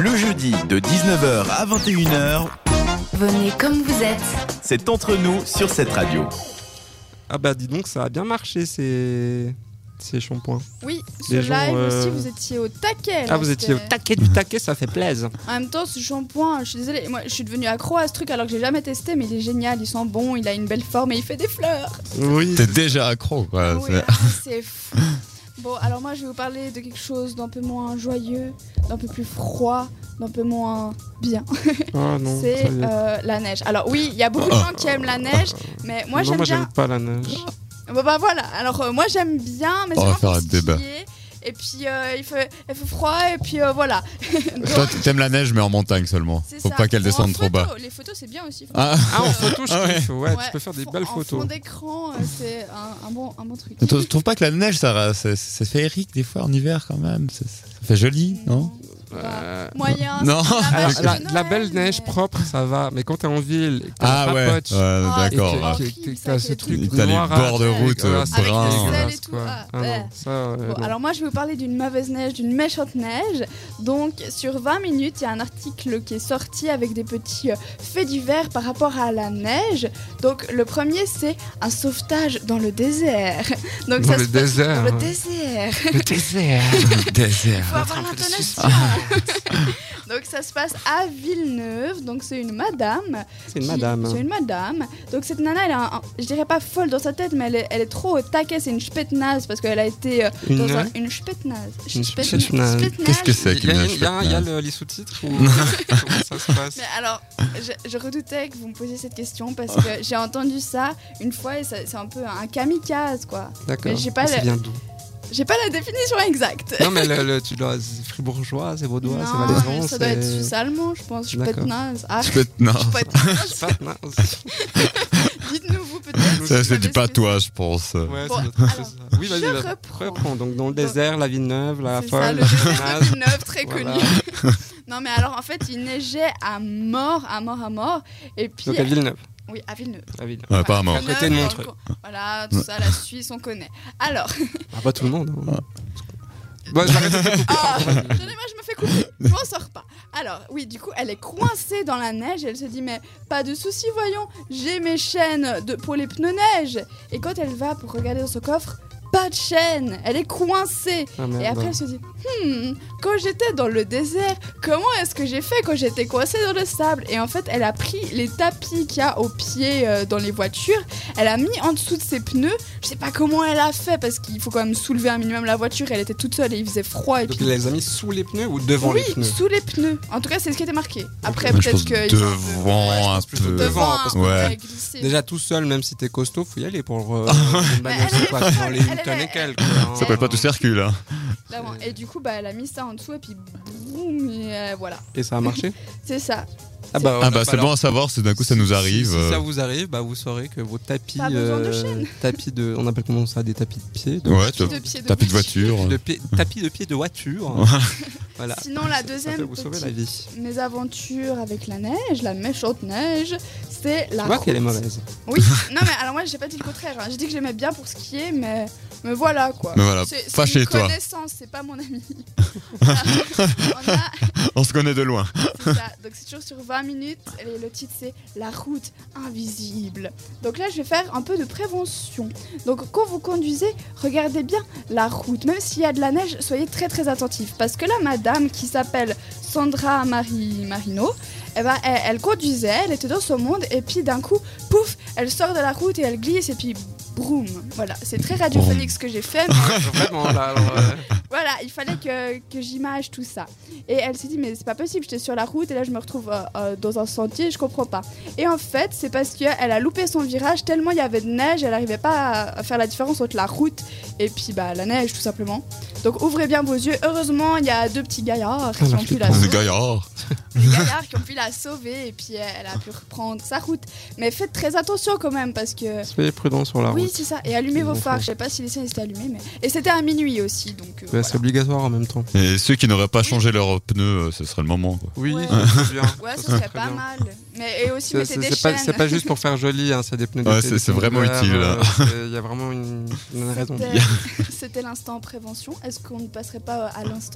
Le jeudi de 19h à 21h, Venez comme vous êtes. c'est entre nous sur cette radio. Ah bah dis donc, ça a bien marché ces, ces shampoings. Oui, ce Les live gens, euh, aussi, vous étiez au taquet. Ah là, vous c'était- étiez au taquet du taquet, ça fait plaisir. En même temps, ce shampoing, je suis désolée, moi je suis devenue accro à ce truc alors que j'ai jamais testé, mais il est génial, il sent bon, il a une belle forme et il fait des fleurs. Oui. T'es déjà accro, quoi. Oui, C'est- ah, c'est fou. Bon, alors moi je vais vous parler de quelque chose d'un peu moins joyeux, d'un peu plus froid, d'un peu moins bien. Ah non. c'est ça y est. euh, la neige. Alors oui, il y a beaucoup de gens qui aiment la neige, mais moi non, j'aime moi bien j'aime pas la neige. Bon bah voilà, alors euh, moi j'aime bien, mais On c'est va vraiment faire pour un débat. skier. Et puis euh, il, fait, il fait froid, et puis euh, voilà. Donc, Toi, t'aimes la neige, mais en montagne seulement. c'est Faut ça. pas qu'elle Ou en descende trop photo. bas. Les photos c'est bien aussi. Ah. Ah en photo je Ah ouais. kiffe, ouais, Ouais, tu peux faire des fond- belles En photos. fond d'écran, euh, c'est un, un bon, un bon truc. Tu tu trouves pas que la neige, ça, c'est, c'est féerique des fois en hiver quand même C'est- Ça fait joli, non Bah, Euh, Moyen. Non. c'est alors, vache la, de la Noël, belle neige mais- propre ça va, mais quand t'es en ville et que t'as Ah la ouais, papoche, ouais, et d'accord. que- ouais. que- Horrible, que t'as ça, ce avec les truc T'as les noir à- bords de route euh, dégueulasse, Avec bruns. les ailes dégueulasse, et tout, quoi. ah, Ah non, ouais. ça, euh, Bon, non. alors moi je vais vous parler d'une mauvaise neige, d'une méchante neige. Donc sur 20 minutes, il y a un article qui est sorti avec des petits euh, faits divers par rapport à la neige. Donc le premier c'est un sauvetage dans le désert. Donc Dans ça le se passe désert, Dans hein. le désert. le Ah, désert. Faut avoir l'intonation. donc ça se passe à Villeneuve. Donc c'est une madame C'est une qui- madame. C'est une madame. Donc cette nana, elle a un- un- je dirais pas folle dans sa tête, mais elle est, elle est trop au taquet. C'est une spétnaze parce qu'elle a été euh, Une- dans un- une spétnaze. Une Spétnaze. spétnaze. Spétnaze. Qu'est-ce que c'est Il y qu'une a, neige il y a- il y a le- les sous-titres ou comment ça se passe Mais alors, je, je redoutais que vous me posiez cette question parce que j'ai entendu ça une fois et ça- c'est un peu un kamikaze quoi. D'accord. mais j'ai pas Ah, C'est le- bien doux. J'ai pas la définition exacte. Non, mais le, le- tu dois. C'est fribourgeois, c'est vaudois, c'est non, valaisan. mais ça c'est- doit être suisse allemand, je pense. D'accord. Spétnaze. Ah, Tu peux- Non, Je sais pas, non, c'est- dites-nous vous peut-être. si vous ça c'est du savez ce que patois, je pense. ouais, Bon, ça doit être- alors, c'est ça. Oui, vas-y, je vas-y, reprends. reprends. Donc, dans le Bon. désert, la Villeneuve, la C'est ça, Bah, folle, le la désert de Villeneuve. Villeneuve, très Voilà. connu. Non, mais alors en fait, il neigeait à mort, à mort, à mort. Et puis. Donc, à Villeneuve. Oui, à Villeneuve. La Villeneuve. Ouais, apparemment. À côté de Villeneuve, Montreux. on- Voilà, tout ça, la Suisse, on connaît. Alors, Ah, pas tout le monde. hein. Bon, j'arrête de te couper. ah, donnez-moi, je me fais couper. Je m'en sors pas. Alors, oui, du coup, elle est coincée dans la neige et elle se dit Mais pas de souci, voyons, j'ai mes chaînes de, pour les pneus neige. Et quand elle va pour regarder dans son coffre, pas de chaîne, elle est coincée. Ah, Et merde. après, elle se dit Hmm, quand j'étais dans le désert, comment est-ce que j'ai fait quand j'étais coincée dans le sable Et en fait, elle a pris les tapis qu'il y a aux pieds euh, dans les voitures, elle a mis en dessous de ses pneus. Je sais pas comment elle a fait parce qu'il faut quand même soulever un minimum la voiture. Elle était toute seule et il faisait froid. Et Donc, puis... il les a mis sous les pneus ou devant oui, les pneus sous les pneus. En tout cas, c'est ce qui était marqué. Après, Moi, je pense peut-être que. devant un plutôt peu. devant, Devant, parce que- on Ouais. a glissé. Déjà tout seul, même si t'es costaud, faut y aller pour euh, une Mais bagnole, elle est c'est pas dans les folle, elle Hilton est- et quelques. hein. Ça s'appelle pas tout circule, hein. Là-haut. Et du coup, bah, elle a mis ça en dessous et puis boum, et euh, voilà. Et ça a marché C'est ça. bah, Ah bah c'est bon alors, à savoir, c'est d'un coup ça nous arrive. Si, si ça euh, vous arrive, bah vous saurez que vos tapis, Pas besoin de euh, tapis de, on appelle comment ça, des tapis de pied, de- Ouais, Tapis t'as- de pied de tapis de voiture. de pied- tapis de pied de voiture. voilà. Sinon, Ça- la Ça deuxième. peut vous sauver la petite- vie. Mes aventures avec la neige, la méchante neige, c'est la. Tu vois route. qu'elle est mauvaise. Oui, non mais alors moi j'ai pas dit le contraire. hein. J'ai dit que j'aimais bien pour skier, mais me voilà quoi. Mais voilà, C'est- pas c'est chez une toi. connaissance, c'est pas mon ami. Voilà. On a- On se connaît de loin. c'est ça. Donc c'est toujours sur 20 minutes. Et le titre c'est La route invisible. Donc là je vais faire un peu de prévention. Donc quand vous conduisez, regardez bien la route. Même s'il y a de la neige, soyez très très attentifs. Parce que la madame qui s'appelle Sandra Marie Marino, eh ben, elle, elle conduisait, elle était dans son monde et puis d'un coup, pouf, elle sort de la route et elle glisse et puis... Broum, voilà, c'est très radiophonique ce que j'ai fait, mais Vraiment là. alors, euh, voilà, il fallait que, que j'image tout ça. Et elle s'est dit, mais c'est pas possible, j'étais sur la route et là je me retrouve euh, euh, dans un sentier, je comprends pas. Et en fait, c'est parce qu'elle a loupé son virage tellement il y avait de neige, elle arrivait pas à- à faire la différence entre la route et puis bah, la neige tout simplement. Donc ouvrez bien vos yeux, heureusement il y a deux petits gaillards qui ont pu la C'est sauver. gaillard. des gaillards qui ont pu la sauver et puis elle a pu reprendre sa route. Mais faites très attention quand même parce que. soyez prudent sur la Oui, route. c'est ça. Et allumez Les vos enfants. phares. Je sais pas si les siens étaient allumés, mais. Et c'était à minuit aussi, donc. euh, Bah, voilà. C'est obligatoire en même temps. Et ceux qui n'auraient pas changé leurs pneus, euh, ce serait le moment. quoi. Oui, Ouais. c'est bien. Ouais, Ça ce serait Ah, très pas bien. mal. Mais et aussi C'est- mettez C'est des c'est pas, c'est chaînes. pas juste pour faire joli, hein, c'est des pneus Ouais, d'été, c'est- des c'est vraiment pneus verts, utile, hein. là. euh, c'est- Il y a vraiment une, une raison. C'était- C'était l'instant prévention. Est-ce qu'on ne passerait pas à l'instant